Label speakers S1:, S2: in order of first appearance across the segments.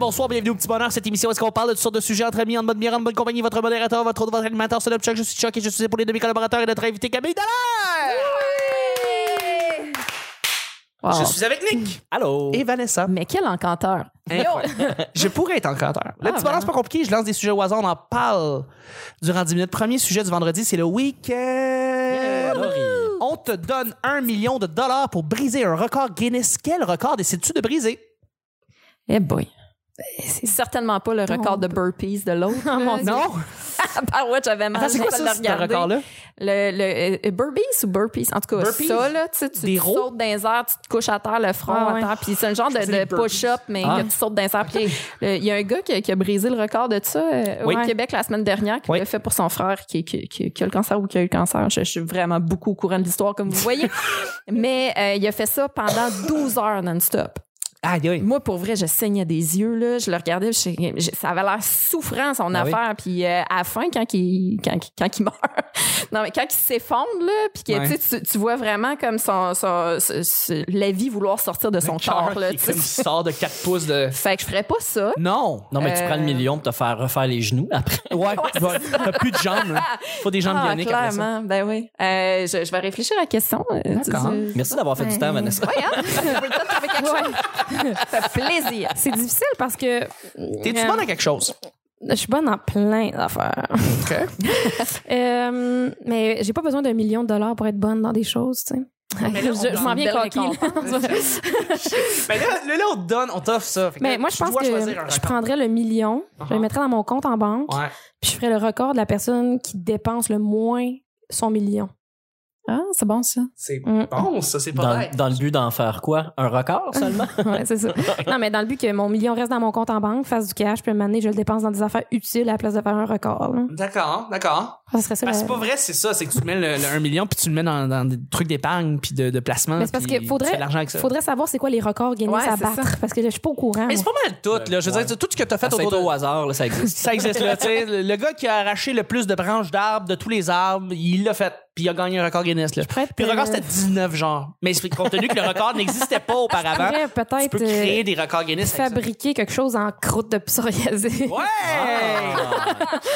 S1: bonsoir, bienvenue au petit bonheur. Cette émission, est-ce qu'on parle de toutes sortes de sujets entre amis, en mode mire, en bonne compagnie, votre modérateur, votre autre, votre animateur, c'est le Chuck, je suis Chuck et je suis pour les demi collaborateurs et notre invité Camille Dallaire! Wow.
S2: Je suis avec Nick.
S1: Allô?
S2: Et Vanessa.
S3: Mais quel encanteur.
S1: Incroyable. je pourrais être enchanteur. Le
S3: Eh oh!
S1: petit
S3: Ah,
S1: bonheur,
S3: vraiment.
S1: c'est pas compliqué. Je lance des sujets au hasard, on en parle durant 10 minutes. Premier sujet du vendredi, c'est le week-end. On te donne un million de dollars pour briser un record Guinness. Quel record décides-tu de briser?
S3: Eh boy. C'est certainement pas le record de burpees de l'autre.
S1: Non?
S3: Par ouais, j'avais mal.
S1: Oh Attends, c'est
S3: j'ai
S1: quoi
S3: pas
S1: ça,
S3: le
S1: ce
S3: regarder.
S1: record-là?
S3: Le, le euh, burpees ou burpees? En tout cas,
S1: Burpees?
S3: ça, là, tu, sais, tu,
S1: Des
S3: tu
S1: rows?
S3: sautes dans les airs, tu te couches à terre, le front
S1: Ah ouais.
S3: à terre, puis c'est un genre de,
S1: pensais les
S3: de
S1: burpees.
S3: push-up, mais
S1: Ah.
S3: que tu sautes dans les airs. Puis, euh, Il y a un gars qui, a- qui a brisé le record de ça euh,
S1: Oui.
S3: au Québec la semaine dernière, qui
S1: Oui.
S3: l'a fait pour son frère qui, qui- qui- qui a le cancer ou qui a eu le cancer. Je, je suis vraiment beaucoup au courant de l'histoire, comme vous voyez. mais euh, il a fait ça pendant 12 heures non-stop.
S1: Aïe, aïe.
S3: Moi, pour vrai, je saignais des yeux. Là. Je le regardais. je- je- ça avait l'air souffrant, son
S1: Ah oui.
S3: affaire. Puis euh, à la fin, quand il, quand, il- quand il meurt, non, mais quand il s'effondre, là, puis que
S1: Ouais.
S3: tu, sais, tu- tu vois vraiment comme son, son- ce- ce- la vie vouloir sortir de son corps. Là,
S2: Qui
S3: tu
S2: est comme
S3: sais.
S2: sort de 4 pouces de.
S3: Fait que je ferais pas ça.
S1: Non!
S4: Non, mais tu
S3: Euh,
S4: prends le million pour te faire refaire les genoux après.
S1: Ouais, ouais, t'as plus de jambes. là. Faut des jambes
S3: Ah,
S1: bioniques après ça.
S3: clairement. Ben oui. Euh, je, je vais réfléchir à la question. Euh, tu-
S1: D'accord.
S3: tu-
S4: Merci d'avoir fait du temps, Vanessa.
S3: Ouais, hein? On peut peut-être trouver quelque chose. Ça fait plaisir.
S5: C'est difficile parce que.
S1: T'es-tu
S5: Euh,
S1: bonne à quelque chose?
S5: Je suis bonne en plein d'affaires. Euh, mais j'ai pas besoin d'un million de dollars pour être bonne dans des choses, tu sais. je je m'en viens coquille.
S6: Ben
S1: Mais là, là, là, on te donne, on t'offre ça. Fait que
S5: Mais
S1: là,
S5: moi, je
S1: tu
S5: pense
S1: dois
S5: que
S1: choisir un
S5: je
S1: record.
S5: prendrais le million, je
S1: Uh-huh.
S5: le mettrais dans mon compte en banque,
S1: Ouais.
S5: puis je ferais le record de la personne qui dépense le moins son million.
S3: Ah, c'est bon, ça.
S1: C'est
S5: Mm.
S1: bon, ça, c'est pas
S4: Dans,
S1: vrai.
S4: dans le but d'en faire quoi? Un record seulement?
S5: Ouais, c'est ça. Non, mais dans le but que mon million reste dans mon compte en banque, fasse du cash, puis m'amener, je le dépense dans des affaires utiles à la place de faire un record. là.
S1: D'accord, d'accord.
S5: Ça serait
S1: Parce que
S5: ça. la-
S1: Ben, c'est pas vrai, c'est ça. C'est que tu mets le, le 1 million puis tu le mets dans, dans des trucs d'épargne puis de, de placement.
S5: Mais c'est parce
S1: puis
S5: que faudrait-
S1: Tu fais de l'argent avec ça.
S5: Faudrait savoir c'est quoi les records Guinness
S3: Ouais,
S5: à
S3: c'est
S5: battre, parce que je suis pas au courant.
S1: Mais c'est pas mal tout, là. Je veux
S4: Ouais. Ah,
S1: dire, tout ce que t'as fait
S4: C'est
S1: autour de
S4: au hasard, là, ça existe.
S1: Ça existe, là. tu sais, le le gars qui a arraché le plus de branches d'arbres de tous les arbres, il l'a fait. Puis il a gagné un record Guinness, là.
S5: pourrais être,
S1: Puis le record,
S5: euh,
S1: c'était 19, genre. Mais c'est compte tenu que le record n'existait pas auparavant,
S5: pourrais
S1: tu peux
S5: peut-être
S1: créer
S5: euh,
S1: des records Guinness avec ça.
S5: fabriquer quelque chose en croûte de psoriasis.
S1: Ouais!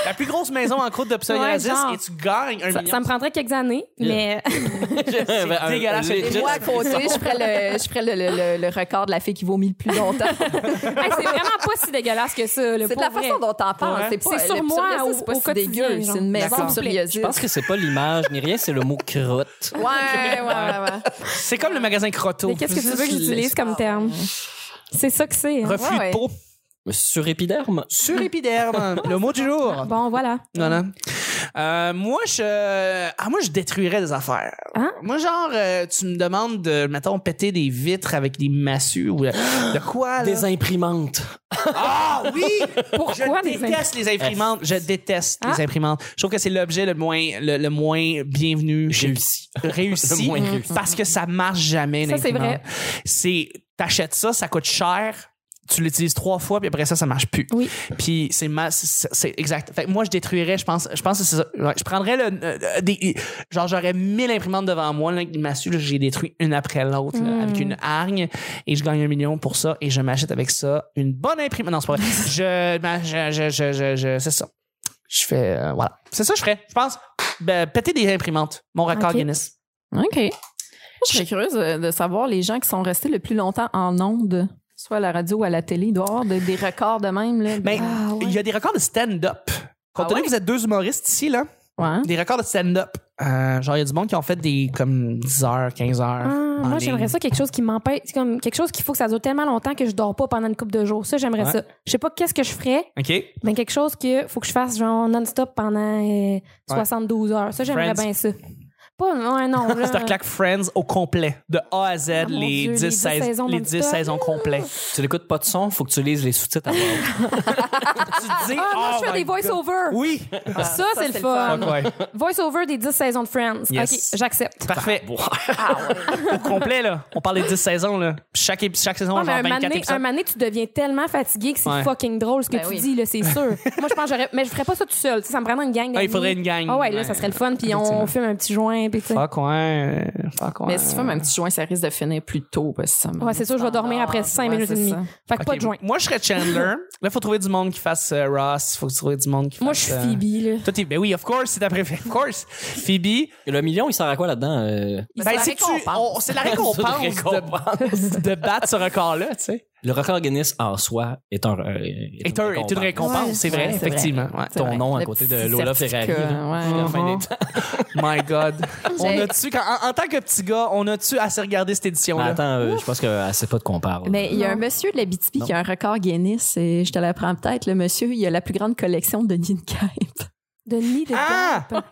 S1: La plus grosse maison en croûte de psoriasis
S5: Ouais, genre.
S1: et tu gagnes un
S5: Ça,
S1: million.
S5: ça me prendrait quelques années, mais
S1: C'est
S4: Ben, Un-
S1: dégueulasse.
S4: un
S1: c'est
S4: legit-
S3: Et moi, à côté, je ferais le, je ferais le, le- le- le record de la fille qui vomit le plus longtemps.
S5: Hey, c'est vraiment pas si dégueulasse que ça. là,
S3: C'est de
S5: pour
S3: la
S5: vrai.
S3: façon dont t'en parles.
S1: Ouais.
S3: C'est pas-
S5: C'est sur
S3: le
S5: moi,
S3: psoriasis,
S5: au-
S3: c'est pas
S5: au
S3: si
S5: quotidien,
S3: dégueu.
S5: genre.
S3: C'est une maison
S1: D'accord.
S3: de
S4: Je
S3: psoriasis.
S4: pense que c'est pas l'image ni rien, c'est le mot crotte.
S3: Ouais, ouais, ouais, ouais.
S1: C'est comme le magasin Crotto.
S5: Mais qu'est-ce que tu veux que j'utilise comme terme? C'est ça que c'est. hein.
S1: Reflux
S3: Ouais,
S1: de peau.
S4: Sur épiderme.
S1: Sur épiderme. le mot du jour.
S5: Bon, voilà.
S1: Voilà. Euh, moi, je. Ah, moi, je détruirais des affaires.
S5: Hein?
S1: Moi, genre, euh, tu me demandes de, mettons, péter des vitres avec des massues ou. euh, De quoi, là?
S4: Des imprimantes.
S1: Ah oui!
S5: Pourquoi
S1: je
S5: des
S1: déteste les imprimantes. Je déteste
S5: Ah.
S1: les imprimantes. Je trouve que c'est l'objet le moins, le, le moins bienvenu.
S4: Réussi.
S1: Réussi.
S4: Le moins réussi.
S1: Parce que ça marche jamais.
S5: Mhm. Ça, c'est
S1: l'imprimante. C'est, t'achètes ça, ça coûte cher. Tu l'utilises trois fois, puis après ça, ça marche plus.
S5: Oui.
S1: Puis c'est ma- c'est c'est exact. Fait que moi, je détruirais, je pense, je pense que c'est ça. Ouais, je prendrais le. euh, euh, des- genre, j'aurais 1000 imprimantes devant moi, là, qui m'assurent, là, j'ai détruit une après l'autre, là, avec
S5: Mm.
S1: une hargne, et je gagne un million pour ça, et je m'achète avec ça une bonne imprimante. Non, c'est pas vrai. je, ben, je, je, je, je, je- c'est ça. Je fais, euh, voilà. C'est ça, que je ferais. Je pense, ben, péter des imprimantes. Mon record
S5: Ok.
S1: Guinness.
S3: OK. Moi, Je serais curieuse euh, de savoir les gens qui sont restés le plus longtemps en ondes, soit à la radio ou à la télé. Il doit y avoir des, des records de même. Là.
S1: Mais
S5: Ah ouais.
S1: il y a des records de stand-up. Compte
S3: Ah
S1: tenu
S3: ouais?
S1: que vous êtes deux humoristes ici, là,
S3: Ouais.
S1: des records de stand-up. Euh, genre, il y a du monde qui ont fait des comme 10 heures, 15 heures.
S5: Ah,
S1: en
S5: moi,
S1: ligne.
S5: j'aimerais ça quelque chose qui m'empêche. c'est Comme quelque chose qu'il faut que ça dure tellement longtemps que je dors pas pendant une couple de jours. Ça, j'aimerais
S1: Ouais.
S5: ça. Je sais pas qu'est-ce que je ferais,
S1: OK.
S5: mais quelque chose que faut que je fasse genre non-stop pendant euh, 72 heures. Ça, j'aimerais
S1: Friends.
S5: bien ça. Pas, ouais, non. là.
S1: Star Clack Friends au complet, de A à Z,
S5: Euh. Ah, mon
S1: les,
S5: Dieu,
S1: 10
S5: les dix
S1: sais-
S5: saisons
S1: les
S5: non-stop.
S1: 10 saisons complets.
S4: Tu n'écoutes pas de son, faut que tu lises les sous-titres à voix haute.
S1: tu te dis,
S5: Ah, moi,
S1: oh
S5: je
S1: my
S5: fais des
S1: God.
S5: voice-over.
S1: Oui.
S5: Ça, c'est le fun.
S1: Ouais.
S5: Voice-over des 10 saisons de Friends.
S1: Yes.
S5: OK, j'accepte.
S1: Parfait. Ah au complet, là. On parle des 10 saisons, là. Chaque, ép- chaque saison,
S5: Ouais,
S1: on
S5: Ah, mais
S1: genre
S5: un
S1: 24
S5: mané,
S1: épisodes.
S5: un mané, tu deviens tellement fatigué que c'est
S1: Ouais.
S5: fucking drôle ce que
S3: Ben
S5: tu
S3: oui.
S5: dis, là, c'est sûr. Moi, je pense que j'aurais. Mais je ferais pas ça tout seul. Tu sais, ça me prendrait une gang.
S1: Ah, il
S5: d'amis.
S1: faudrait une gang.
S5: Ah ouais, là,
S1: Ouais.
S5: ça serait le fun. Puis
S1: Effectivement.
S5: on fume un petit joint, rien. Puis, tu sais.
S6: Fuck ouais. euh, Fuck ouais.
S3: Mais si tu fumes un petit joint, ça risque de finir plus tôt. Parce que ça me-
S5: Ouais, c'est sûr, je vais dormir après cinq
S3: Ah, Ouais,
S5: minutes et
S3: c'est
S5: demie.
S3: ça.
S5: Fait que pas
S6: Ok,
S5: de joint.
S6: Moi, je serais Chandler. Là, faut trouver du monde qui fasse euh, Ross. Faut trouver du monde qui
S5: Moi, je
S6: fasse.
S5: suis
S6: euh,
S5: Phoebe, là.
S6: Toi, t'es- ben oui, of course, c'est ta préférée. Of course.
S5: Ben,
S6: Phoebe.
S4: Le million, il sert à quoi là-dedans? euh?
S3: Il
S6: Ben,
S3: se la
S6: c'est que tu-
S3: récompense.
S6: on- c'est la récompense,
S4: C'est une récompense.
S6: de, de battre ce record-là, tu sais.
S4: Le record Guinness en soi est un. euh,
S6: Et t'as- et t'as une récompense,
S5: Ouais,
S6: c'est vrai,
S3: ouais, c'est vrai.
S6: effectivement. ouais.
S3: C'est
S4: Ton
S3: vrai.
S4: nom à
S3: Le
S4: côté
S3: petit
S4: de Lola
S3: certificat,
S4: Ferrari. là.
S3: ouais.
S4: À la fin des temps.
S6: My God. on
S3: J'ai-
S6: a-tu, quand- en, en tant que petit gars, on a-tu assez regardé cette
S4: Mais
S6: édition-là?
S4: attends, euh, je pense qu'elle sait pas de quoi on parle.
S3: Mais il y a un
S5: Non.
S3: monsieur de la BTP
S4: Non.
S3: qui a un record Guinness et je te l'apprends peut-être. Le monsieur, il a la plus grande collection de nids de guêpes.
S5: De nid de
S6: Ah!
S5: guêpe.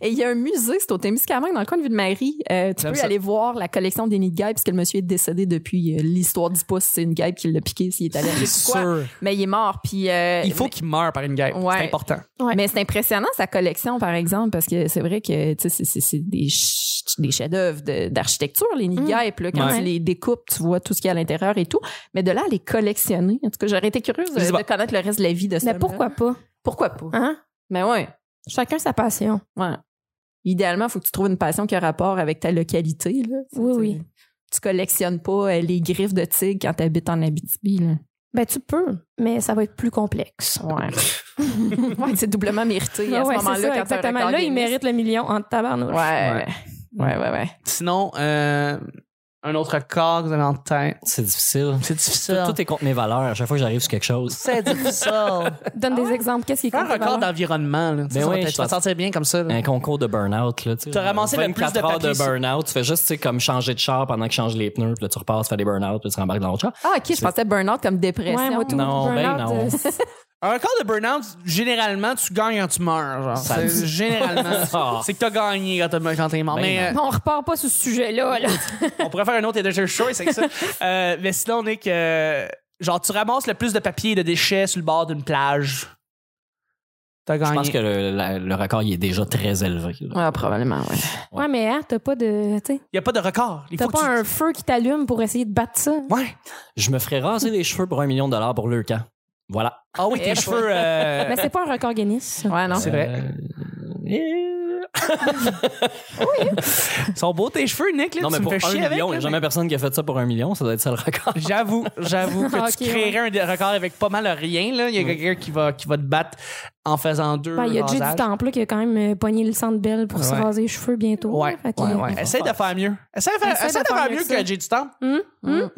S3: Et il y a un musée, c'est au Témiscamingue, dans le coin de Ville-Marie. Euh, tu
S6: J'aime
S3: peux
S6: ça.
S3: aller voir la collection des nids de guêpes parce que le monsieur est décédé depuis euh, l'histoire du pouce. C'est une guêpe qui l'a piqué s'il est allé.
S6: C'est
S3: quoi?
S6: sûr.
S3: Mais il est mort. Puis, euh,
S6: Il faut qu'il meure par une guêpe. C'est
S3: Ouais.
S6: important.
S5: Ouais.
S3: Mais c'est impressionnant sa collection, par exemple, parce que c'est vrai que tu sais, c'est- c'est c'est des, ch- des chefs-d'œuvre de- d'architecture, les
S5: Mm.
S3: nigaipes. là. Quand
S6: Ouais.
S3: tu les découpes, tu vois tout ce qu'il y a à l'intérieur et tout. Mais de là à les collectionner, en tout cas, j'aurais été curieuse de,
S6: Je sais pas.
S3: de connaître le reste de la vie de ce
S5: Mais
S3: homme-là.
S5: pourquoi pas?
S3: Pourquoi pas?
S5: Hein?
S3: Mais ouais,
S5: Chacun sa passion.
S3: ouais. Idéalement, il faut que tu trouves une passion qui a rapport avec ta localité. Là.
S5: Oui,
S3: Tu-
S5: oui.
S3: Tu collectionnes pas euh, les griffes de tigre quand tu habites en Abitibi. Là.
S5: Ben, tu peux, mais ça va être plus complexe.
S3: Ouais. Ouais, c'est doublement mérité à
S5: Ah
S3: ce
S5: ouais, c'est
S3: moment-là.
S5: ça,
S3: quand t'as un
S5: exactement.
S3: record
S5: Là, il
S3: Guinness.
S5: mérite le million en tabarnouche.
S3: Ouais. Ouais, ouais, ouais.
S6: Sinon, euh, un autre corps que vous avez en tête.
S4: C'est difficile.
S6: C'est
S4: Tout,
S6: difficile.
S4: tout est contre mes valeurs. À chaque fois que j'arrive sur quelque chose,
S6: C'est difficile.
S5: Donne
S3: Ah
S5: des exemples. Qu'est-ce qui
S6: Faire un
S5: compte
S6: record
S5: vraiment?
S6: d'environnement, là. Tu sais,
S4: Ben
S6: ça va
S4: oui,
S6: te-
S4: je
S6: tu vas te
S4: pense-
S6: sentir bien comme ça. là.
S4: un concours de burn-out. là, tu sais.
S6: T'as ramassé le plus de
S4: 24 heures
S6: papier
S4: de
S6: sur-
S4: burn-out. Tu fais juste tu sais, comme changer de char pendant que je change les pneus. Puis là, tu repars, tu fais des burn-out. Puis tu rembarques dans l'autre char.
S3: Ah, ok, je pensais burn-out comme dépression.
S5: Ouais, moi, tout.
S4: Non, ben
S5: Burnout,
S4: non.
S5: euh,
S6: Un record de burn-out, généralement, tu gagnes quand tu meurs. genre.
S4: Ça
S6: C'est-
S4: dit-
S6: Généralement,
S4: Ah.
S6: c'est que t'as gagné quand t'as- quand t'es mort.
S4: Ben
S6: mais
S5: on repart pas sur ce sujet-là. là.
S6: euh, on pourrait faire un autre Edition Choice avec ça. Euh, mais sinon, Nick, euh, genre, tu ramasses le plus de papier et de déchets sur le bord d'une plage. T'as
S4: Je
S6: gagné.
S4: pense que le, la- le record, il est déjà très élevé. là.
S3: Ouais, Ah, probablement, ouais.
S4: Ouais.
S5: Ouais, mais hein, t'as pas de. tu sais,
S6: Il n'y a pas de record. Il
S5: T'as
S6: faut que
S5: pas un feu qui t'allume pour essayer de battre ça. Ben,
S6: tu... Ouais.
S4: Je me ferais raser les cheveux pour un million de dollars pour le camp. Voilà.
S6: Ah oui, tes
S3: Eh,
S6: cheveux. euh,
S5: Mais c'est pas un record Guinness. ça.
S3: Ouais, non.
S6: C'est vrai.
S4: Euh, euh,
S6: sont beaux tes cheveux, Nick. Là,
S4: non,
S6: tu
S4: mais
S6: me
S4: pour un
S6: fais chier
S4: million,
S6: avec,
S4: il n'y
S6: là,
S4: a jamais personne qui a fait ça pour un million. Ça doit être ça le record.
S6: J'avoue, j'avoue que tu
S5: Ok, ouais.
S6: créerais un record avec pas mal rien. Là. Il y a quelqu'un qui va, qui va te battre en faisant deux.
S5: Ben, il y a Jay du
S6: rasages.
S5: Temple là, qui a quand même euh, pogné le centre belle pour se
S6: Ouais.
S5: raser les cheveux bientôt.
S6: Ouais,
S5: là. Fait que-
S6: ouais, ouais. Essaye de faire mieux. Essaye de faire,
S5: Essaye
S6: essaye de faire mieux
S5: ça.
S6: que Jay du temps.
S5: Hum? Hum?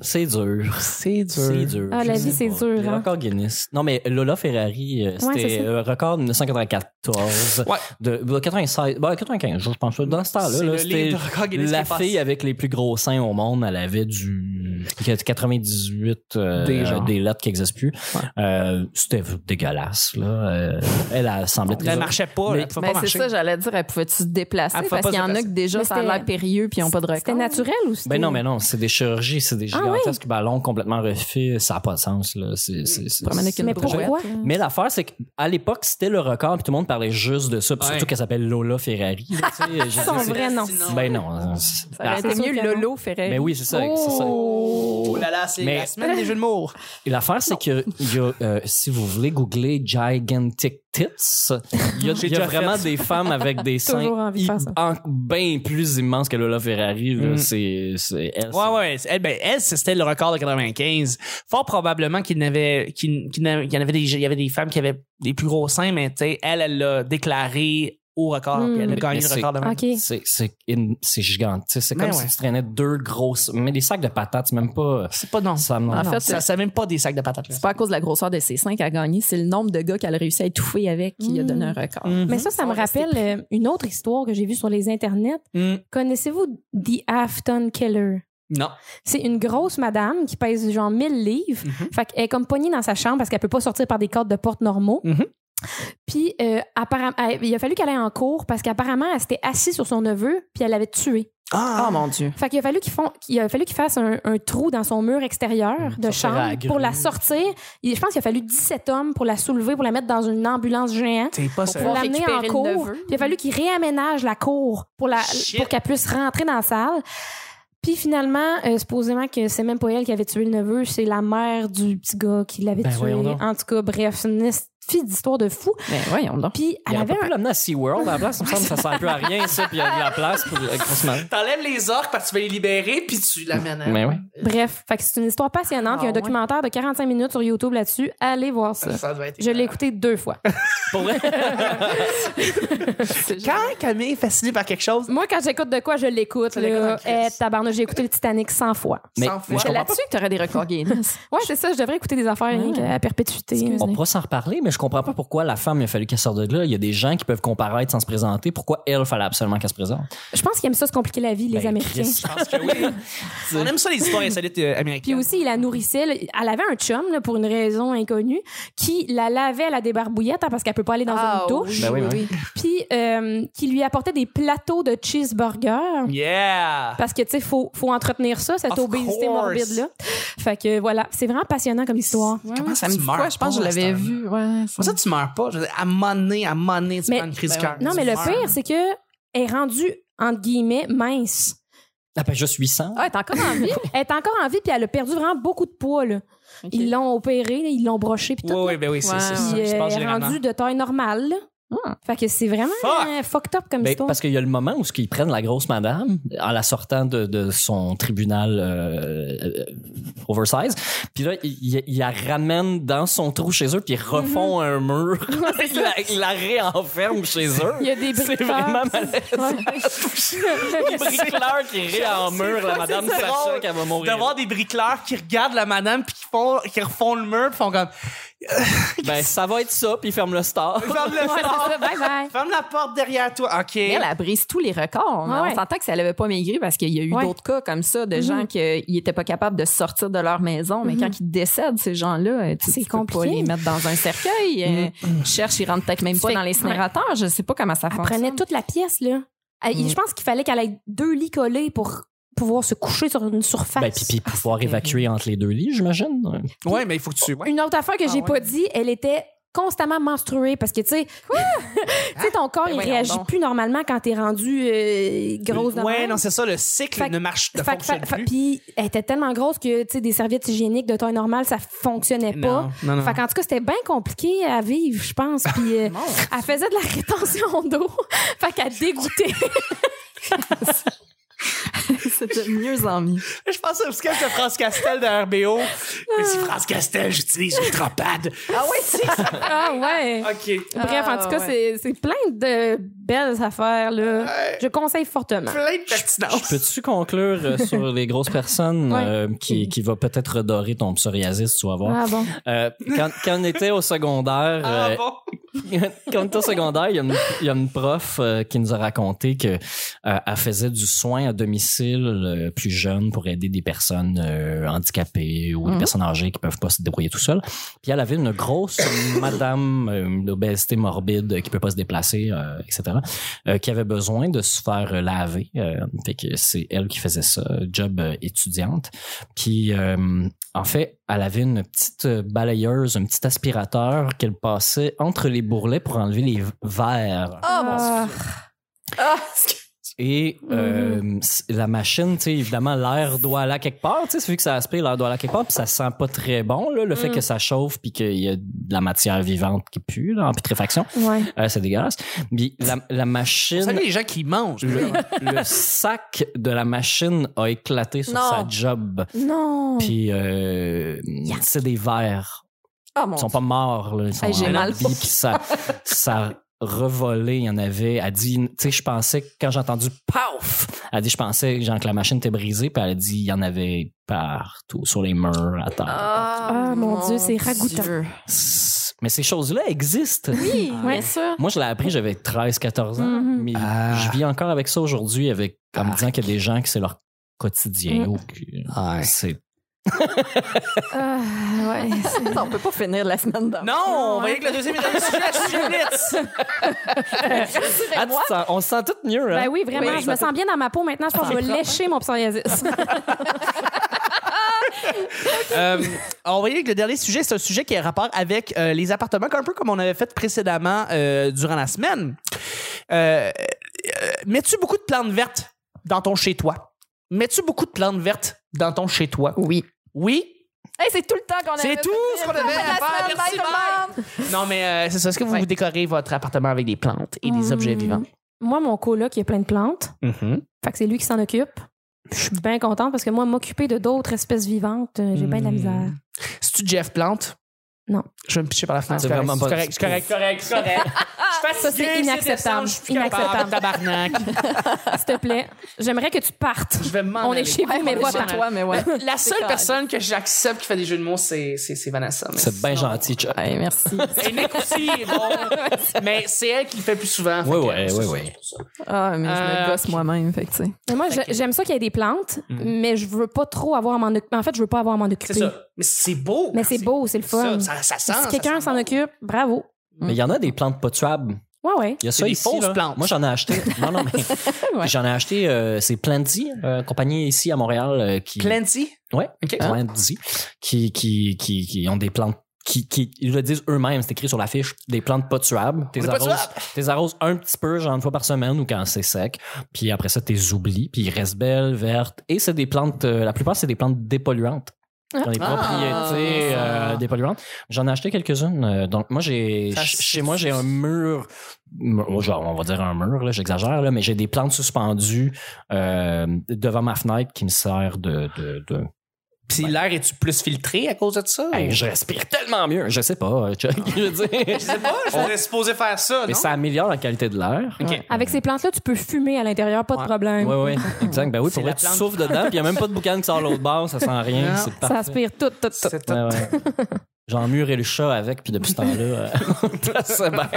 S4: c'est dur.
S6: C'est
S4: C'est dur.
S5: Ah,
S4: Je
S5: la
S4: sais
S5: vie, c'est
S4: pas.
S5: dur,
S4: Les
S5: hein.
S4: records Guinness. Non, mais Lola Ferrari, euh,
S5: c'est
S4: c'était
S5: ça.
S4: euh, record 1994.
S6: Ouais.
S4: De, de 96, bah, 95, je pense. Dans ce temps-là,
S6: C'est
S4: Ah, là,
S6: le
S4: c'était
S6: livre de record Guinness
S4: la
S6: qui passe.
S4: fille avec les plus gros seins au monde. Elle avait du 98 euh,
S6: Des genres.
S4: des lettres qui n'existent plus.
S6: Ouais.
S4: Euh, c'était dégueulasse. Là. Euh, elle, elle semblait
S6: Elle marchait pas.
S4: Mais-
S6: là. Elle
S5: Ben,
S6: pouvait
S3: Mais
S6: pas
S3: Ben, c'est
S6: marcher.
S3: ça, j'allais dire, elle pouvait-tu se déplacer?
S6: Elle pouvait
S3: Parce
S6: pas
S3: qu'il y en
S6: se
S3: a
S6: déplacer.
S3: que déjà,
S5: Mais
S3: ça a l'air
S5: c'était-
S3: périlleux puis ils n'ont pas de record.
S5: C'était naturel ou c'était.
S4: Ben non, mais non, c'est des chirurgies, c'est des
S5: Ah oui? Hmm.
S4: gigantesques ballons complètement refaits, ça n'a pas de sens. Là. C'est, c'est, c'est-
S3: Promène avec une
S5: Mais
S3: brouette.
S5: pourquoi?
S4: Mais l'affaire, c'est qu'à l'époque, c'était le record, puis tout le monde parlait juste de ça, puis
S6: Ouais.
S4: surtout qu'elle s'appelle Lola Ferrari. là, tu sais, je
S5: Son
S4: dis, c'est-
S5: vrai nom.
S4: Ben non. euh, c'est-
S3: Ça aurait
S4: Ah,
S3: été
S5: c'est
S3: mieux
S5: sûr que non.
S3: Lolo Ferrari.
S4: mais
S6: Ben
S4: oui, c'est ça. c'est ça.
S6: Oh là là, c'est
S4: Mais-
S6: la semaine des jeux de mots.
S4: Et l'affaire, c'est que il y a, euh, si vous voulez googler gigantic tits, il y a,
S6: J'ai
S4: il y a
S6: déjà
S4: vraiment des femmes avec des seins
S5: Toujours envie de faire ça. Hmm.
S4: en- bien plus immenses que Lola Ferrari. là.
S6: Mm.
S4: C'est, c'est elle.
S6: Ouais, ouais. Elle, ben, elle, c'était le record de 95. Fort probablement qu'il n'avait, qu'il, qu'il n'avait- qu'il y en avait des, il y avait des femmes qui avaient des plus gros seins, mais tu sais, elle, elle l'a déclaré au record,
S5: Hmm.
S6: puis elle a
S4: Mais-
S6: gagné
S4: mais
S6: le
S4: c'est-
S6: record de même.
S5: Ok.
S4: C'est, c'est, in- c'est gigante. tu sais, C'est
S6: Mais
S4: comme
S6: ouais.
S4: si tu traînais deux grosses. Mais des sacs de patates, même pas.
S6: C'est pas non.
S4: Ça me-
S6: Ah
S3: En
S6: non,
S3: fait,
S6: ça, ça même pas des sacs de patates. là.
S3: C'est pas à cause de la grosseur de ses seins qu'elle a gagné, c'est le nombre de gars qu'elle a réussi à étouffer avec qui
S5: Mm.
S3: a donné un record.
S6: Mhm.
S5: Mais ça, ça me
S3: Ils sont restés
S5: rappelle euh, une autre histoire que j'ai vue sur les internets.
S6: Mm.
S5: Connaissez-vous The Afton Killer?
S6: Non.
S5: C'est une grosse madame qui pèse genre 1000 livres.
S6: Mhm.
S5: Fait qu'elle est comme pognée dans sa chambre parce qu'elle peut pas sortir par des cordes de porte normaux.
S6: Mhm.
S5: Puis, euh, apparem- elle- il a fallu qu'elle aille en cours parce qu'apparemment, elle s'était assise sur son neveu puis elle l'avait tué.
S6: Ah,
S3: Oh mon Dieu.
S5: Fait qu'il a fallu qu'il font- qu'il a fallu qu'il fasse un, un trou dans son mur
S6: Mm.
S5: extérieur de
S4: sortir à la
S5: chambre
S4: grue.
S5: pour la sortir. Il- je pense qu'il a fallu 17 hommes pour la soulever, pour la mettre dans une ambulance géante.
S6: T'es pas
S5: Pour
S6: sérieux.
S3: pouvoir
S5: l'amener en
S3: récupérer le
S5: cours.
S3: neveu.
S5: Puis il a fallu qu'il réaménage la cour pour, la,
S6: Shit.
S5: pour qu'elle puisse rentrer dans la salle. Puis finalement, euh, supposément que c'est même pas elle qui avait tué le neveu, c'est la mère du petit gars qui l'avait
S4: Ben,
S5: tué.
S4: voyons donc.
S5: En tout cas, bref, c'est une his- fille d'histoire de fou.
S3: Mais Ben, voyons donc.
S5: Puis
S4: Il
S5: elle
S4: aurait
S5: avait
S4: pas
S5: un
S4: pu l'amener à SeaWorld à la place. Il me semble que ça sert plus à rien, ça. Puis il y a de la place pour le Christmas.
S6: T'enlèves les orques parce que tu veux les libérer, puis tu l'amènes. hein. à-
S4: Mais ouais.
S5: Bref, fait que c'est une histoire passionnante.
S3: Ah,
S5: Il y a un
S3: ouais.
S5: documentaire de 45 minutes sur YouTube là-dessus. Allez voir ça.
S6: Ça doit être
S5: Je l'ai écouté deux fois.
S4: Pour vrai.
S6: Quand Camille est fascinée par quelque chose,
S5: Moi, quand j'écoute de quoi, je l'écoute.
S6: Tu l'écoutes en
S5: là. Eh,
S6: crise.
S5: tabarnak, j'ai écouté le Titanic 100 fois.
S4: Mais,
S6: Sans
S4: mais je
S6: foi.
S3: C'est
S4: comprends pas.
S3: là-dessus que tu aurais des records Guinness.
S5: Ouais, c'est ça. Je devrais écouter des affaires rien qu'à perpétuité.
S4: On pourra s'en reparler, mais je comprends pas pourquoi la femme, il a fallu qu'elle sorte de là. Il y a des gens qui peuvent comparaître sans se présenter. Pourquoi elle, fallait absolument qu'elle se présente?
S5: Je pense qu'ils aiment ça se compliquer la vie, les
S4: Ben,
S5: Américains.
S4: Chris,
S6: je pense que oui. On aime ça, les histoires insolites euh,
S5: Puis
S6: américaines.
S5: aussi, il la nourrissait. là. Elle avait un chum, là, pour une raison inconnue, qui la lavait à la débarbouillette hein, parce qu'elle peut pas aller dans
S3: Ah
S5: une douche.
S4: Ben oui, oui.
S5: Puis euh, qui lui apportait des plateaux de cheeseburger.
S6: Yeah!
S5: Parce que, tu sais, faut, faut entretenir ça, cette
S6: Of
S5: obésité
S6: course.
S5: morbide-là. Fait que, voilà, c'est vraiment passionnant comme histoire.
S6: Comment ça
S3: ça me
S6: tu
S3: dit
S6: meurs
S3: quoi? Je pense que
S6: pas,
S3: je l'avais
S6: cette
S3: vu. Ouais,
S6: Pour ça, tu meurs pas. Je veux dire, à monnaie, à monnaie, tu
S5: Mais-
S6: prends une crise
S4: Ben
S6: du cœur.
S5: Non,
S6: Tu
S5: mais le
S6: meurs.
S5: pire, c'est que elle est rendue, entre guillemets, mince.
S4: Ah, ben, juste 800.
S3: Ah, t'es encore en vie?
S5: Elle est encore en vie, puis elle a perdu vraiment beaucoup de poids, là. Ils l'ont opérée, là, ils l'ont brochée, puis tout.
S6: Oui,
S5: là.
S6: oui, ben oui, c'est
S3: Ouais,
S6: c'est
S5: Puis,
S6: ça. qui se
S5: euh,
S6: passe
S5: elle est
S6: généralement.
S5: rendue de taille normale. là.
S3: Ah.
S5: Fait que c'est vraiment
S6: Fuck!
S5: euh, fucked up comme
S4: Ben,
S5: histoire.
S4: parce qu'il y a le moment où ce qu'ils prennent la grosse madame en la sortant de, de son tribunal euh, euh, oversize, puis là ils il, il la ramènent dans son trou chez eux puis ils refont
S6: Mm-hmm.
S4: un mur, ils la, ils la réenferment chez eux.
S5: Il y a des briques.
S4: C'est vraiment malaisant. Les bricoleurs qui rient en mur, la madame
S6: c'est
S4: sachant
S6: drôle
S4: qu'elle va
S6: de
S4: mourir.
S6: voir des bricoleurs qui regardent la madame puis qui font qui refont le mur puis font comme
S4: Ben ça va être ça puis ils ferment le store.
S6: ferme le
S5: ça,
S6: fort,
S5: bye bye.
S6: ferme la porte derrière toi ok
S3: Elle, elle brise tous les records. mais
S5: Ah ouais.
S3: On s'entend que ça l'avait pas maigri parce qu'il y a eu
S5: Ouais.
S3: d'autres cas comme ça de
S5: Mhm.
S3: gens qui n'étaient pas capables de sortir de leur maison. Mais
S5: Mhm.
S3: quand ils décèdent, ces gens-là, tu,
S5: C'est
S3: tu peux pas
S5: compliqué.
S3: les mettre dans un cercueil. Euh, Ils cherchent, ils rentrent peut-être même pas
S5: Fait-
S3: dans l'incinérateur. Je sais pas comment ça
S5: Elle
S3: fonctionne.
S5: prenait toute la pièce, là. Elle- Je pense qu'il fallait qu'elle ait deux lits collés pour pouvoir se coucher sur une surface.
S4: Ben puis, puis pouvoir
S3: c'est terrible.
S4: évacuer entre les deux lits j'imagine.
S6: ouais mais il faut que tu ouais.
S5: Une autre affaire que j'ai
S6: ouais.
S5: pas dit, elle était constamment menstruée parce que tu sais tu sais ton corps
S3: Ben
S5: il
S3: voyons
S5: réagit
S3: donc.
S5: plus normalement quand t'es rendu euh, grosse de
S6: ouais
S5: même.
S6: non c'est ça le cycle
S5: Fait que-
S6: ne marche ne
S5: Fait que-
S6: fonctionne
S5: fait-
S6: plus
S5: Puis elle était tellement grosse que tu sais des serviettes hygiéniques de taille normale ça fonctionnait pas.
S6: non non non
S5: Fait qu'en tout cas, c'était bien compliqué à vivre, je pense. Puis euh, elle faisait de la rétention d'eau. fait qu'elle dégoûtait.
S3: C'est de mieux en mieux.
S6: je pense au sketch de France Castel de RBO mais si France Castel j'utilise Ultrapad
S3: Ah oui, c'est
S5: ah ouais.
S6: ok
S5: Bref, en tout cas,
S3: Ah, ouais.
S5: c'est- c'est plein de belles affaires, là. Je conseille fortement.
S6: plein de pertinence
S4: Peux-tu conclure euh, sur les grosses personnes
S5: Ouais.
S4: euh, qui, qui va peut-être redorer ton psoriasis, tu vas voir.
S5: Ah bon.
S4: Euh, quand, quand on était au secondaire,
S6: ah
S4: euh,
S6: bon
S4: quand on était au secondaire, il y a une, il y a une prof euh, qui nous a raconté que euh, elle faisait du soin à domicile euh, plus jeune pour aider des personnes euh, handicapées ou des
S3: Mhm.
S4: personnes âgées qui peuvent pas se débrouiller tout seules. Puis elle avait une grosse madame euh, d'obésité morbide euh, qui peut pas se déplacer, euh, etc., euh, qui avait besoin de se faire euh, laver. Euh, fait que c'est elle qui faisait ça, job euh, étudiante. Puis euh, en fait, elle avait une petite euh, balayeuse, un petit aspirateur qu'elle passait entre les bourrelets pour enlever les verres.
S3: Ah, mon
S5: Ah.
S4: Et euh, c- la machine, tu sais, évidemment, l'air doit aller à quelque part. Tu sais, vu que ça aspire, l'air doit aller à quelque part, puis ça sent pas très bon. Là, le fait
S5: Mm.
S4: que ça chauffe, puis qu'il y a de la matière vivante qui pue là, en putréfaction,
S5: Ouais.
S4: Euh, c'est dégueulasse. Puis la, la machine,
S6: salut les gens qui mangent
S4: le, le sac de la machine a éclaté sur
S3: Non.
S4: sa job.
S5: Non.
S4: Puis euh, c'est des verres.
S3: Ah, mon
S4: Ils sont pas morts, là. Ils sont
S3: Hey, j'ai
S4: en
S3: mal.
S4: vie, puis ça, ça revolait. Il y en avait. Elle dit, tu sais, je pensais, que quand j'ai entendu paf, elle dit, je pensais genre, que la machine était brisée, puis elle a dit, il y en avait partout, sur les murs, à terre.
S5: Ah, mon Dieu, c'est ragoûtant.
S3: Dieu.
S4: C'est- Mais ces choses-là existent.
S3: Oui, Mm-hmm.
S5: Ouais.
S3: bien sûr.
S4: Moi, je l'ai appris, j'avais 13, 14 ans,
S5: Mhm.
S4: mais
S6: Ah.
S4: je vis encore avec ça aujourd'hui, avec, en me disant qu'il y a des gens que c'est leur quotidien.
S5: Mm.
S4: ou que- c'est
S5: Ah, ouais.
S3: On peut pas finir la semaine d'avant.
S6: non on va y aller avec le deuxième et dernier sujet sujet blitz.
S4: Ah, tu te sens- on se sent tout mieux, hein?
S5: Ben oui, vraiment,
S4: Oui. Ah,
S5: je me sens bien dans ma peau maintenant. Je pense que je vais lécher mon psoriasis.
S6: Euh, on va y aller avec le dernier sujet. C'est un sujet qui a rapport avec euh, les appartements, un peu comme on avait fait précédemment euh, durant la semaine. Euh, euh, Mets-tu beaucoup de plantes vertes dans ton chez-toi? Mets-tu beaucoup de plantes vertes dans ton chez-toi?
S3: Oui.
S6: Oui?
S3: Hey, c'est tout le temps qu'on a.
S6: C'est tout ce qu'on avait à faire. Merci, Non, mais euh, c'est ça. Est-ce que vous
S3: Ouais.
S6: décorez votre appartement avec des plantes et des
S5: Hmm.
S6: objets vivants?
S5: Moi, mon coloc, il y a plein de plantes.
S6: Mhm.
S5: Fait que c'est lui qui s'en occupe. Je suis bien contente parce que moi, m'occuper de d'autres espèces vivantes, euh, j'ai bien de la
S6: Mm.
S5: misère.
S6: C'est-tu Jeff Plante?
S5: Non.
S6: Je vais me picher par la fenêtre.
S4: C'est
S6: C'est correct,
S4: vraiment pas-
S6: c'est correct, c'est correct, c'est correct, c'est correct. Je suis
S5: Ça, c'est
S6: fatiguée,
S5: inacceptable.
S6: décembre, Je suis plus capable,
S5: Inacceptable.
S6: tabarnak.
S5: S'il te plaît, j'aimerais que tu partes.
S6: Je vais m'en
S5: On
S6: aller.
S5: est chez vous, mais
S6: est
S5: pas
S6: chez
S5: par
S6: toi.
S3: toi, mais ouais.
S6: La
S3: C'est
S6: seule
S3: correct.
S6: personne que j'accepte qui fait des jeux de mots, c'est c'est- c'est Vanessa. mais
S4: C'est bien gentil, Chuck.
S3: Hey, merci.
S6: Et Nick aussi est bon. mais c'est elle qui le fait plus souvent.
S4: Ouais,
S6: Fait que,
S4: ouais,
S6: c'est
S4: ouais,
S6: ça,
S4: ouais.
S6: c'est pour ça.
S3: Ah, mais je
S6: Euh,
S3: me gosse moi-même, fait que, tu sais.
S5: Mais moi, je-
S6: que-
S5: j'aime ça qu'il y ait des plantes,
S6: Mhm.
S5: mais je veux pas trop avoir à m'en occuper. En fait, je veux pas avoir à m'en occuper.
S6: C'est ça. Mais c'est beau.
S5: Mais c'est beau, c'est le fun.
S6: Ça, ça, ça sent.
S5: si
S6: ça
S5: quelqu'un
S6: sent
S5: s'en
S6: bon.
S5: occupe, bravo.
S4: Mais il y en a
S3: Mm.
S4: des plantes pas tuables.
S5: Ouais, ouais.
S4: Il y a
S6: C'est
S4: ça
S6: des
S4: ici.
S6: fausses
S4: là.
S6: plantes.
S4: Moi, j'en ai acheté. Non, non, mais
S3: Ouais.
S4: j'en ai acheté. euh, c'est Planty, euh, compagnie ici à Montréal euh, qui.
S6: Plenty.
S4: Ouais.
S6: OK.
S4: Planty, qui, qui, qui, qui ont des plantes. Qui, qui, ils le disent eux-mêmes, c'est écrit sur l'affiche, des plantes pas tuables. T'es
S6: est pas
S4: arroses,
S6: tuables.
S4: t'es arroses un petit peu, genre une fois par semaine ou quand c'est sec. Puis après ça, t'es oublies, puis ils restent belles, vertes. Et c'est des plantes, euh, la plupart, c'est des plantes dépolluantes. Ils ont des
S6: Ah.
S4: propriétés euh, dépolluantes. J'en ai acheté quelques-unes. euh, donc, moi, j'ai,
S6: Ça,
S4: ch-
S6: c'est-
S4: chez moi, j'ai un mur, mur- genre, on va dire un mur, là, j'exagère, là, mais j'ai des plantes suspendues euh, devant ma fenêtre qui me sert de- de- de,
S6: Puis l'air, est tu plus filtré à cause de ça?
S4: Hey, Ben, je respire tellement mieux. Je sais pas, euh, Chuck. Je veux dire.
S6: Oh. Ah. Je sais pas, je serais supposé faire ça,
S4: Mais
S6: non?
S4: ça améliore la qualité de l'air.
S6: OK.
S5: Avec ces plantes-là, tu peux fumer à l'intérieur, pas
S6: Mm-hmm. Ouais.
S5: de problème.
S4: Oui, oui, exact. Ben oui,
S6: C'est
S4: pour
S6: la
S4: vrai, tu
S6: plante.
S4: souffles dedans, puis il n'y a même pas de boucan qui sort l'autre bord, ça sent rien.
S6: Non.
S4: C'est
S5: Ça
S4: parfait.
S5: aspire tout, tout, tout.
S6: C'est tout.
S4: Ouais, ouais. J'en murais le chat avec, puis depuis ce temps-là, euh, c'est bien.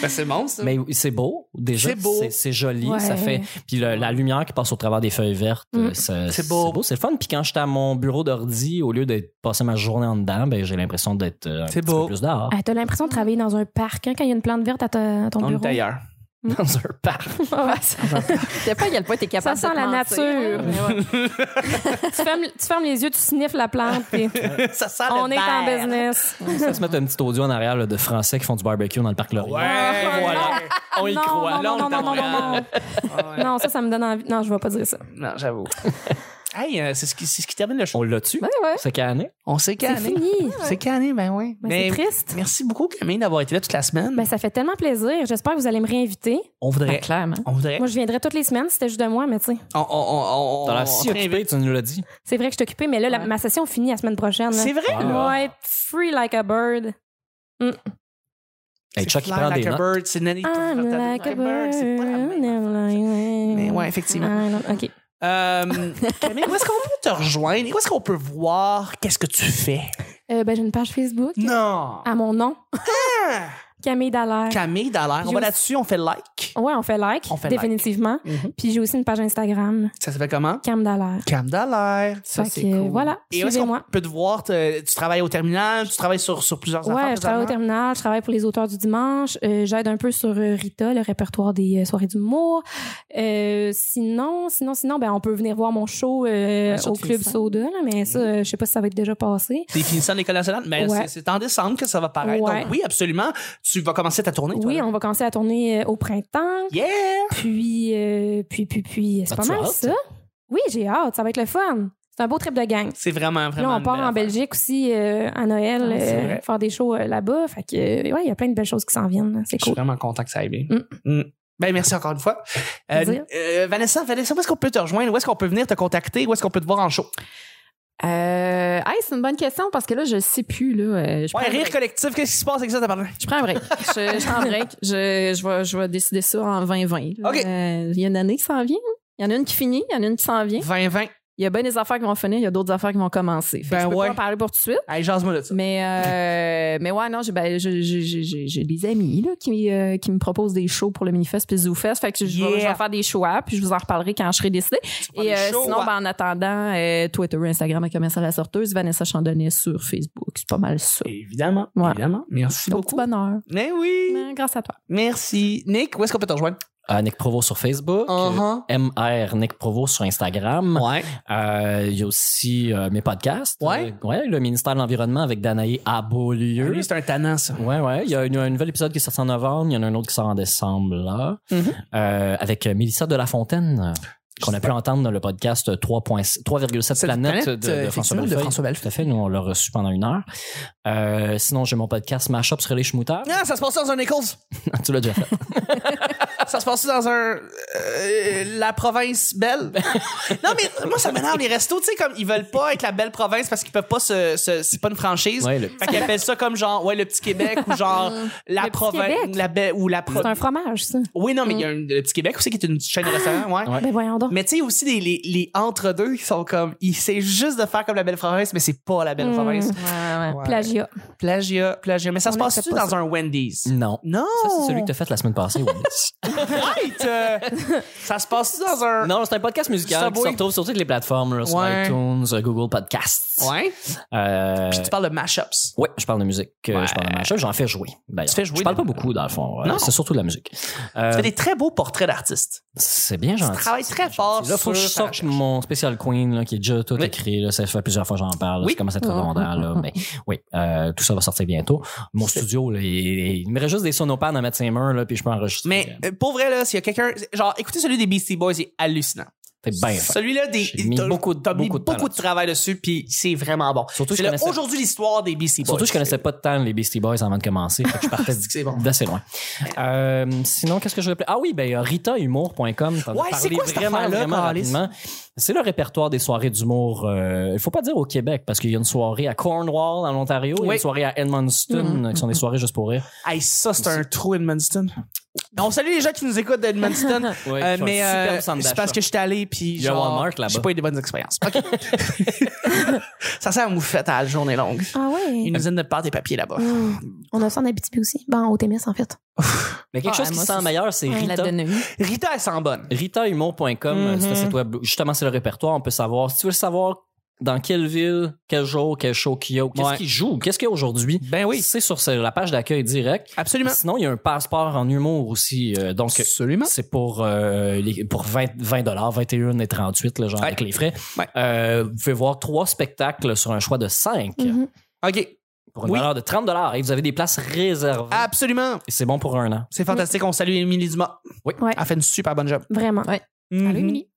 S6: Ben, c'est bon, ça.
S4: Mais c'est beau, déjà.
S6: C'est beau.
S4: C'est joli,
S5: Ouais.
S4: ça fait. Puis le- la lumière qui passe au travers des feuilles vertes,
S5: Mm.
S4: euh, ça-
S6: C'est beau.
S4: C'est le fun. Puis quand j'étais à mon bureau d'ordi, au lieu de passer ma journée en dedans, ben, j'ai l'impression d'être euh, un
S6: C'est
S4: petit
S6: beau.
S4: peu plus dehors.
S5: Ah, T'as l'impression de travailler dans un parc hein, quand il y a une plante verte à, ta- à ton
S6: On
S5: bureau.
S6: est ailleurs. Ah.
S4: Dans un parc.
S5: Ouais, ça-
S3: Je sais pas à quel point t'es capable
S5: Ça
S3: de
S5: sent
S3: te
S5: la
S3: mentir.
S5: nature.
S3: Mais ouais.
S5: tu, fermes, tu fermes les yeux, tu sniffes la plante. puis
S6: ça sent
S5: on
S6: le
S5: est en
S6: verre.
S5: business.
S4: Ça se mettre un petit audio en arrière là, de Français qui font du barbecue dans le parc Laurier.
S6: Ouais,
S5: Ah,
S6: voilà. On y
S5: non,
S6: croit.
S5: non,
S6: Là, on
S5: non,
S6: est à
S5: non, non, non, non,
S6: Montréal.
S5: non.
S6: Ah ouais.
S5: Non, ça, ça me donne envie. Non, je vais pas dire ça.
S6: Non, j'avoue. Hey, euh, c'est ce qui, c'est ce qui termine le show.
S4: On l'a tu
S5: Ouais, ouais.
S4: C'est cané.
S6: On s'est
S5: C'est
S6: canné.
S5: fini.
S6: C'est canné, ben oui.
S5: Ben,
S6: Mais
S5: c'est triste.
S6: Merci beaucoup, Camille, d'avoir été là toute la semaine.
S5: Ben, ça fait tellement plaisir. J'espère que vous allez me réinviter.
S6: on voudrait.
S3: Ben, clairement.
S6: On voudrait.
S5: Moi, je viendrais toutes les semaines, c'était juste de moi, mais tu sais.
S6: On, on, on, on,
S4: T'as l'air
S6: on
S4: si occupé,
S6: t'invite.
S4: tu nous l'as dit.
S5: C'est vrai que je suis occupée, mais là, la-
S3: Ouais.
S5: ma session finit la semaine prochaine. là.
S6: C'est vrai?
S4: Ah.
S5: Je vais être free like a bird.
S4: Hey,
S6: C'est
S4: Chuck, il
S6: fly
S4: prend
S6: like
S4: des
S6: a
S4: notes.
S6: bird, c'est Nelly.
S5: I'm like a bird.
S6: C'est pas la même affaire. Mais
S5: Mais
S6: ouais, effectivement.
S5: OK.
S6: Euh, Camille, où est-ce qu'on peut te rejoindre? Et Où est-ce qu'on peut voir qu'est-ce que tu fais?
S5: Euh, ben, j'ai une page Facebook
S6: Non!
S5: à mon nom. Camille Dallaire.
S6: Camille Dallaire, on
S5: J'ai
S6: va
S5: aussi-
S6: là-dessus, on fait like.
S5: Ouais, on fait like,
S6: On fait like. Mm-hmm.
S5: définitivement. Puis j'ai aussi une page Instagram,
S6: Ça s'appelle comment?
S5: Cam Dallaire.
S6: Cam Dallaire.
S3: Ça,
S5: Fait
S3: c'est
S5: que,
S3: cool.
S5: Voilà,
S6: Et où est-ce qu'on
S5: suivez-moi.
S6: peut te voir? Te- tu travailles au terminal, tu travailles sur, sur plusieurs affaires.
S5: Ouais, je travaille au
S6: présentement?
S5: terminal, je travaille pour les auteurs du dimanche, euh, j'aide un peu sur euh, Rita, le répertoire des euh, soirées d'humour. Euh, sinon, sinon, sinon, ben on peut venir voir mon show euh,
S3: Un show
S5: au
S3: de
S5: Club
S3: finissant.
S5: Soda, là, mais
S6: Mm-hmm.
S5: ça, euh, je sais pas si ça va être déjà passé.
S6: T'es finissant de l'École nationale, mais
S5: Ouais.
S6: c'est- c'est en décembre que ça va paraître.
S5: Ouais.
S6: Donc oui, absolument. Tu vas commencer ta tournée, toi,
S5: Oui,
S6: là.
S5: on va commencer à tourner euh, au printemps,
S6: Yeah!
S5: puis, euh, puis, puis, puis, c'est
S4: Ah,
S5: pas
S4: tu as
S5: mal
S4: hâte?
S5: ça. Oui, j'ai hâte, ça va être le fun. C'est un beau trip de gang.
S6: C'est vraiment,
S5: Puis Là,
S6: vraiment.
S5: on
S6: une
S5: part
S6: belle
S5: en
S6: affaire.
S5: Belgique aussi euh, à Noël,
S6: Ah, c'est
S5: euh,
S6: vrai.
S5: faire des shows euh, là-bas. Fait que, euh, ouais, il y a plein de belles choses qui s'en viennent. là. C'est
S6: Je suis
S5: cool.
S6: vraiment content que ça aille bien.
S5: Mm.
S6: Mm. Ben, merci encore une fois. Euh,
S5: Plaisir.
S6: euh, Vanessa, Vanessa, où est-ce qu'on peut te rejoindre? Où est-ce qu'on peut venir te contacter? Où est-ce qu'on peut te voir en show?
S3: Euh, hey, c'est une bonne question parce que là, je sais plus. Là, euh, je
S6: Ouais,
S3: prends-
S6: rire collectif, qu'est-ce qui se passe avec ça, t'as parlé?
S3: Je prends un break. Je, je prends un break. Je, je, vais, je vais décider ça en 2020. là.
S6: OK.
S3: Euh, il y a une année qui s'en vient. hein. Il y en a une qui finit, il y en a une qui s'en vient.
S6: 2020.
S3: Il y a bien des affaires qui vont finir, il y a d'autres affaires qui vont commencer. Fait que
S6: Ben
S3: je peux
S6: ouais.
S3: pas en parler pour tout de suite.
S6: Allez, jase-moi de ça.
S3: Mais, euh, mais ouais, non, j'ai ben, j'ai- j'ai- j'ai- j'ai- j'ai des amis là, qui, euh, qui me proposent des shows pour le Minifest puis le ZooFest. Fait que je, vais,
S6: Yeah.
S3: je vais faire des choix, puis je vous en reparlerai quand je serai décidée.
S6: vas
S3: Et
S6: faire des
S3: euh,
S6: shows,
S3: sinon,
S6: ouais.
S3: ben, en attendant, euh, Twitter, Instagram, commence à la sorteuse, Vanessa Chandonnet sur Facebook. C'est pas mal ça.
S6: Évidemment.
S3: Ouais.
S6: Évidemment. Merci
S3: Ton petit
S6: beaucoup.
S3: bonheur.
S6: Mais oui.
S3: Euh, Grâce à toi.
S6: Merci. Nick, où est-ce qu'on peut te rejoindre?
S4: Euh, Nick Provo sur Facebook.
S6: Uh-huh.
S4: euh, MR Nick Provo sur Instagram.
S6: Ouais.
S4: Euh, Il y a aussi euh, mes podcasts.
S6: Ouais.
S4: Euh, ouais, le ministère de l'Environnement avec Danaï à Beaulieu.
S6: Lui, c'est un tannant, ça.
S4: Ouais, ouais. Il y a une- un nouvel épisode qui est sorti en novembre. Il y en a un autre qui sort en décembre, là.
S6: Mhm.
S4: Euh, avec euh, Mélissa de la Fontaine. qu'on a pu entendre dans le podcast 3.7 3,7
S6: Cette
S4: planètes de,
S6: planète,
S4: de
S6: euh,
S4: François
S6: effectivement, de
S4: Bellefeuille.
S6: François Bellefeuille.
S4: Tout à fait, nous on l'a reçu pendant une heure. Euh, sinon, j'ai mon podcast Mashup sur les schmouteurs.
S6: Ah, ça se passe dans un Nichols.
S4: Ah, tu l'as déjà fait.
S6: Ça se passe dans un. euh, la province belle. non, mais moi, ça m'énerve. Les restos, tu sais, comme ils veulent pas être la belle province parce qu'ils peuvent pas se. se- c'est pas une franchise.
S4: Ouais, le-
S6: Fait qu'ils appellent ça comme genre, ouais, le petit Québec ou genre la
S5: Le Petit
S6: province.
S5: Québec.
S6: La belle. Ou la pro-
S5: C'est un Mm. fromage, ça.
S6: Oui, non, mais il y a un- le petit Québec aussi qui est une chaîne de restaurants, ouais.
S4: Ouais.
S5: Ben voyons donc.
S6: Mais tu sais, aussi les, les, les entre-deux qui sont comme. Ils essaient juste de faire comme la belle province, mais c'est pas la belle
S5: Mm.
S6: province.
S3: ouais.
S6: Ouais.
S5: Plagiat.
S6: Plagiat, plagiat. Mais ça
S5: On
S6: se passe-tu
S5: n'accepte pas
S6: dans un Wendy's?
S4: Non.
S6: Non!
S4: Mm. Ça, c'est celui que t'as fait la semaine passée. oui.
S6: Right! Euh, ça se passe-tu dans un.
S4: non, c'est un podcast musical qui
S6: Subway.
S4: se retrouve sur toutes les plateformes, là, sur
S6: Ouais.
S4: iTunes, euh, Google Podcasts.
S6: Ouais.
S4: Euh,
S6: Puis tu parles de mashups.
S4: Ouais, je parle de musique, euh,
S6: Ouais.
S4: je parle de mashup, j'en fais jouer. d'ailleurs.
S6: Tu fais jouer
S4: Je parle
S6: de-
S4: pas beaucoup dans le fond. euh,
S6: Non.
S4: C'est surtout de la musique. Euh, Ah,
S6: Tu fais des très beaux portraits d'artistes.
S4: C'est bien
S6: Tu
S4: gentil.
S6: travailles très fort.
S4: Là, faut que je
S6: sur ta
S4: sorte
S6: recherche.
S4: mon spécial Queen là, qui est déjà tout
S6: Oui.
S4: écrit. Là, ça fait plusieurs fois que j'en parle. là,
S6: Oui.
S4: Ça commence à être
S3: Mhm.
S4: redondant. Là, mais oui, euh, tout ça va sortir bientôt. Mon
S6: C'est-
S4: studio, là, il, il me reste juste des sonopanes à mettre ses mains, là, puis je peux enregistrer.
S6: Mais euh, pour vrai, là, s'il y a quelqu'un. Genre, écoutez celui des Beastie Boys, il est hallucinant.
S4: C'est bien fait.
S6: Celui-là, des.
S4: Ben, J'ai mis
S6: t'as-
S4: beaucoup-
S6: t'as mis
S4: beaucoup de
S6: beaucoup
S4: talent.
S6: de travail dessus, puis c'est vraiment bon.
S4: Surtout,
S6: C'est
S4: je
S6: le-
S4: connaissais-
S6: aujourd'hui l'histoire des Beastie Boys.
S4: Surtout, je connaissais pas de temps les Beastie Boys avant de commencer. fait que je partais
S6: C'est que c'est bon.
S4: d'assez loin. Euh, sinon, qu'est-ce que je voulais appeler? Ah oui, ben, euh, ritahumour.com. t'en as
S6: Ouais,
S4: parlé
S6: c'est quoi cette
S4: vraiment,
S6: affaire-là,
S4: vraiment
S6: Carlis?
S4: rapidement. C'est le répertoire des soirées d'humour. euh, Il faut pas dire au Québec, parce qu'il y a une soirée à Cornwall, en Ontario, il y a
S6: Oui. Mm-hmm.
S4: une soirée à Edmundston, euh, qui sont des soirées juste pour rire.
S6: Hey, ça, c'est un trou Edmundston. On salue les gens qui nous écoutent d'Edmundston.
S4: Ouais,
S6: Euh,
S4: qui ont
S6: mais
S4: un superbe
S6: euh,
S4: centre
S6: c'est
S4: d'achat.
S6: parce que j'étais allé puis
S4: Il y a
S6: genre,
S4: Walmart là-bas.
S6: j'ai pas eu des bonnes expériences. OK. ça sert à moufette à la journée longue.
S5: Ah ouais.
S4: Euh,
S6: Une usine de pâte et papier là-bas.
S5: Mm. On a ça en Abitibi aussi. Ben, au TMS, en fait.
S4: Mais quelque
S3: Ah,
S4: chose qui
S3: moi,
S4: sent
S3: c'est-
S4: meilleur, c'est
S3: La
S4: Rita.
S3: de nuit.
S6: Rita, elle sent bonne.
S4: ritahumour.com,
S6: Mm-hmm.
S4: euh, c'est un site web. Justement, c'est le répertoire. On peut savoir, si tu veux savoir dans quelle ville, quel jour, quel show qu'il y a, qu'est-ce
S6: Ouais.
S4: qu'il joue, qu'est-ce qu'il y a aujourd'hui.
S6: Ben oui.
S4: C'est sur ce- la page d'accueil direct.
S6: Absolument.
S4: Sinon, il y a un passeport en humour aussi. euh, donc,
S6: Absolument.
S4: c'est pour, euh, les- pour 20, 20 21 et 38, le genre
S6: Ouais.
S4: avec les frais.
S6: Ouais.
S4: Euh, vous pouvez voir trois spectacles sur un choix de 5
S5: Mhm.
S6: OK.
S4: pour une
S6: Oui.
S4: valeur de 30 Et vous avez des places réservées.
S6: Absolument.
S4: Et c'est bon pour un an.
S6: C'est fantastique. On salue Émilie Dumas.
S4: Oui.
S5: Ouais.
S6: Elle fait une super bonne job.
S5: Vraiment.
S3: Ouais.
S5: Allô,
S6: Mhm.
S5: Émilie?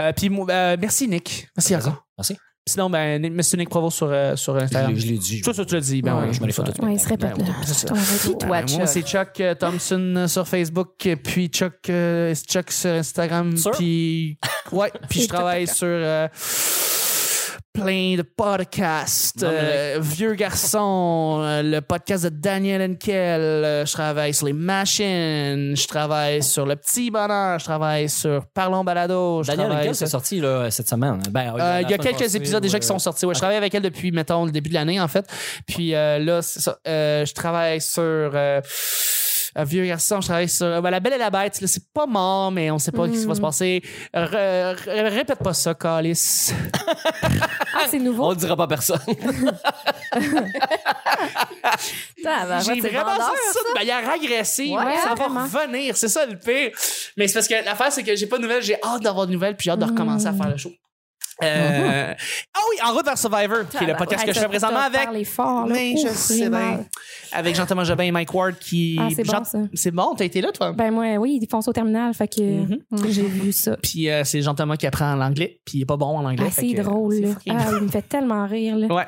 S6: Euh, puis moi, euh, merci, Nick. Merci
S4: Merci.
S6: encore.
S4: Merci.
S6: Sinon, ben, monsieur Nick Provo sur, euh, sur
S4: Je l'ai-
S6: Instagram.
S4: je l'ai dit.
S6: Toi, ça, tu l'as dit. Ben
S4: Ouais,
S6: oui.
S4: je me les fais tout de suite.
S5: Ouais, il se répète,
S6: Ben,
S5: là.
S6: on dit-
S5: Putain, arrête.
S3: Toi,
S6: Ben, Moi,
S3: Chuck.
S6: c'est Chuck euh, Thompson euh, sur Facebook, euh, puis Chuck, euh, Chuck sur Instagram,
S4: Sûr?
S6: puis ouais, puis je
S5: Chuck,
S6: travaille
S5: Chuck,
S6: sur euh, plein de podcasts,
S4: Non, mais là-
S6: euh, Vieux garçon, euh, le podcast de Daniel Henkel, euh, je travaille sur les machines, je travaille sur le petit bonheur, je travaille sur Parlons balado, je
S4: Daniel
S6: travaille
S4: Henkel, c'est
S6: sur-
S4: sorti là, cette semaine. Ben,
S6: Euh,
S4: la
S6: il y a
S4: semaine
S6: quelques
S4: passée, euh,
S6: épisodes déjà
S4: ouais.
S6: qui sont sortis. Ouais, Je travaille avec elle depuis, mettons, le début de l'année, en fait. Puis euh, là, c'est ça. Euh, je travaille sur euh, Un Vieux garçon. Je travaille sur euh, ben, La Belle et la Bête. Là, c'est pas mort, mais on sait pas ce qui va se passer. Re- re- répète pas ça, Calis.
S5: Ah, c'est
S4: On
S5: nouveau.
S4: le dira pas à personne.
S6: J'ai vraiment sorti ça de manière agressive.
S5: Ouais,
S6: ça
S5: vraiment.
S6: va revenir. C'est ça le pire. Mais c'est parce que l'affaire, c'est que j'ai pas de nouvelles. J'ai hâte d'avoir de nouvelles, puis j'ai hâte de recommencer à faire le show. Euh, Ah oui, en route vers Survivor, qui est le podcast que je fais présentement avec
S5: Parler fort, là.
S6: Mais
S5: Ouf,
S6: je sais
S5: vraiment.
S6: bien. Avec Jean-Thomas Jobin et Mike Ward qui.
S5: Ah, c'est bon,
S6: Jean-
S5: ça.
S6: C'est bon, t'as été là, toi?
S5: Ben, moi, oui, ils font ça au terminal, fait que
S6: Mhm.
S5: j'ai vu ça.
S6: Puis euh, c'est Jean-Thomas qui apprend l'anglais, puis il est pas bon en anglais.
S5: Ah,
S6: fait
S5: c'est
S6: que,
S5: drôle,
S6: c'est
S5: là.
S6: fucking-
S5: Ah, il me fait tellement rire, là.
S6: Ouais,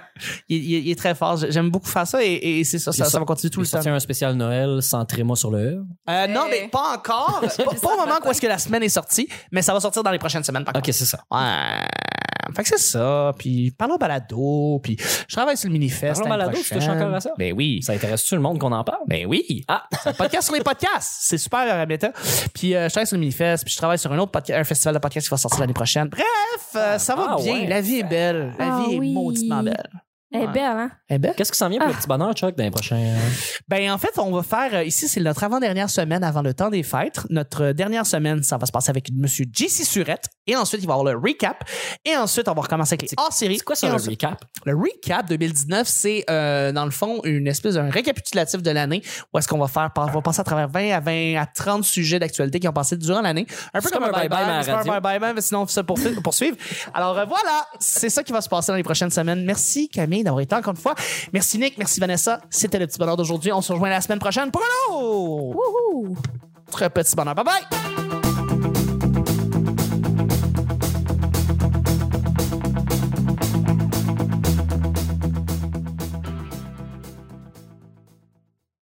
S6: il, il- il est très fort. J'aime beaucoup faire ça et, et c'est ça, ça,
S4: Il
S6: ça va continuer tout
S4: Il
S6: le temps.
S4: sorti un spécial Noël sans tréma sur le E.
S6: Euh, non,
S3: Hey.
S6: mais pas encore. pas, pas au moment où est-ce que la semaine est sortie, mais ça va sortir dans les prochaines semaines. Par
S4: Ok,
S6: contre.
S4: c'est ça.
S6: Ouais. Fait que c'est ça. Puis parlons balado. Puis je travaille sur le mini-fest.
S4: Parlons
S6: l'année
S4: balado, tu touches
S6: prochaine.
S4: encore à ça?
S6: Ben oui.
S4: Ça intéresse-tu le monde qu'on en parle?
S6: Ben oui.
S4: Ah.
S6: C'est un podcast sur les podcasts. C'est super la méta. Puis euh, je travaille sur le Minifest, puis je travaille sur un autre podca- un festival de podcasts qui va sortir l'année prochaine. Bref, euh, ça va
S4: Ah
S6: bien.
S4: ouais.
S6: La vie est belle. La
S5: Ah
S6: vie est
S5: oui.
S6: mauditement belle.
S5: Elle est
S6: Ouais.
S5: belle, hein?
S6: Eh ben.
S4: Qu'est-ce qui s'en vient pour le petit bonheur, Chuck, dans les prochains.
S6: Ben en fait, on va faire euh, ici c'est notre avant-dernière semaine avant le temps des fêtes. Notre euh, dernière semaine, ça va se passer avec monsieur JC Surette et ensuite il va y avoir le recap et ensuite on va recommencer avec les hors-séries.
S4: Ah, C'est quoi ça,
S6: Et
S4: le
S6: ensuite-
S4: recap?
S6: Le recap 2019, c'est euh, dans le fond une espèce d'un récapitulatif de l'année où est-ce qu'on va faire, on va passer à travers 20 à 20 à 30 sujets d'actualité qui ont passé durant l'année. Un peu
S4: C'est
S6: comme, un bye-bye,
S4: à la
S6: mais c'est pas un
S4: radio.
S6: bye-bye, mais sinon on se poursuit- poursuivre. Alors euh, voilà, c'est ça qui va se passer dans les prochaines semaines. Merci Camille d'avoir été encore une fois. Merci Nick, merci Vanessa. C'était le petit bonheur d'aujourd'hui. On se rejoint la semaine prochaine pour un autre
S5: Wouhou!
S6: petit bonheur. Bye bye!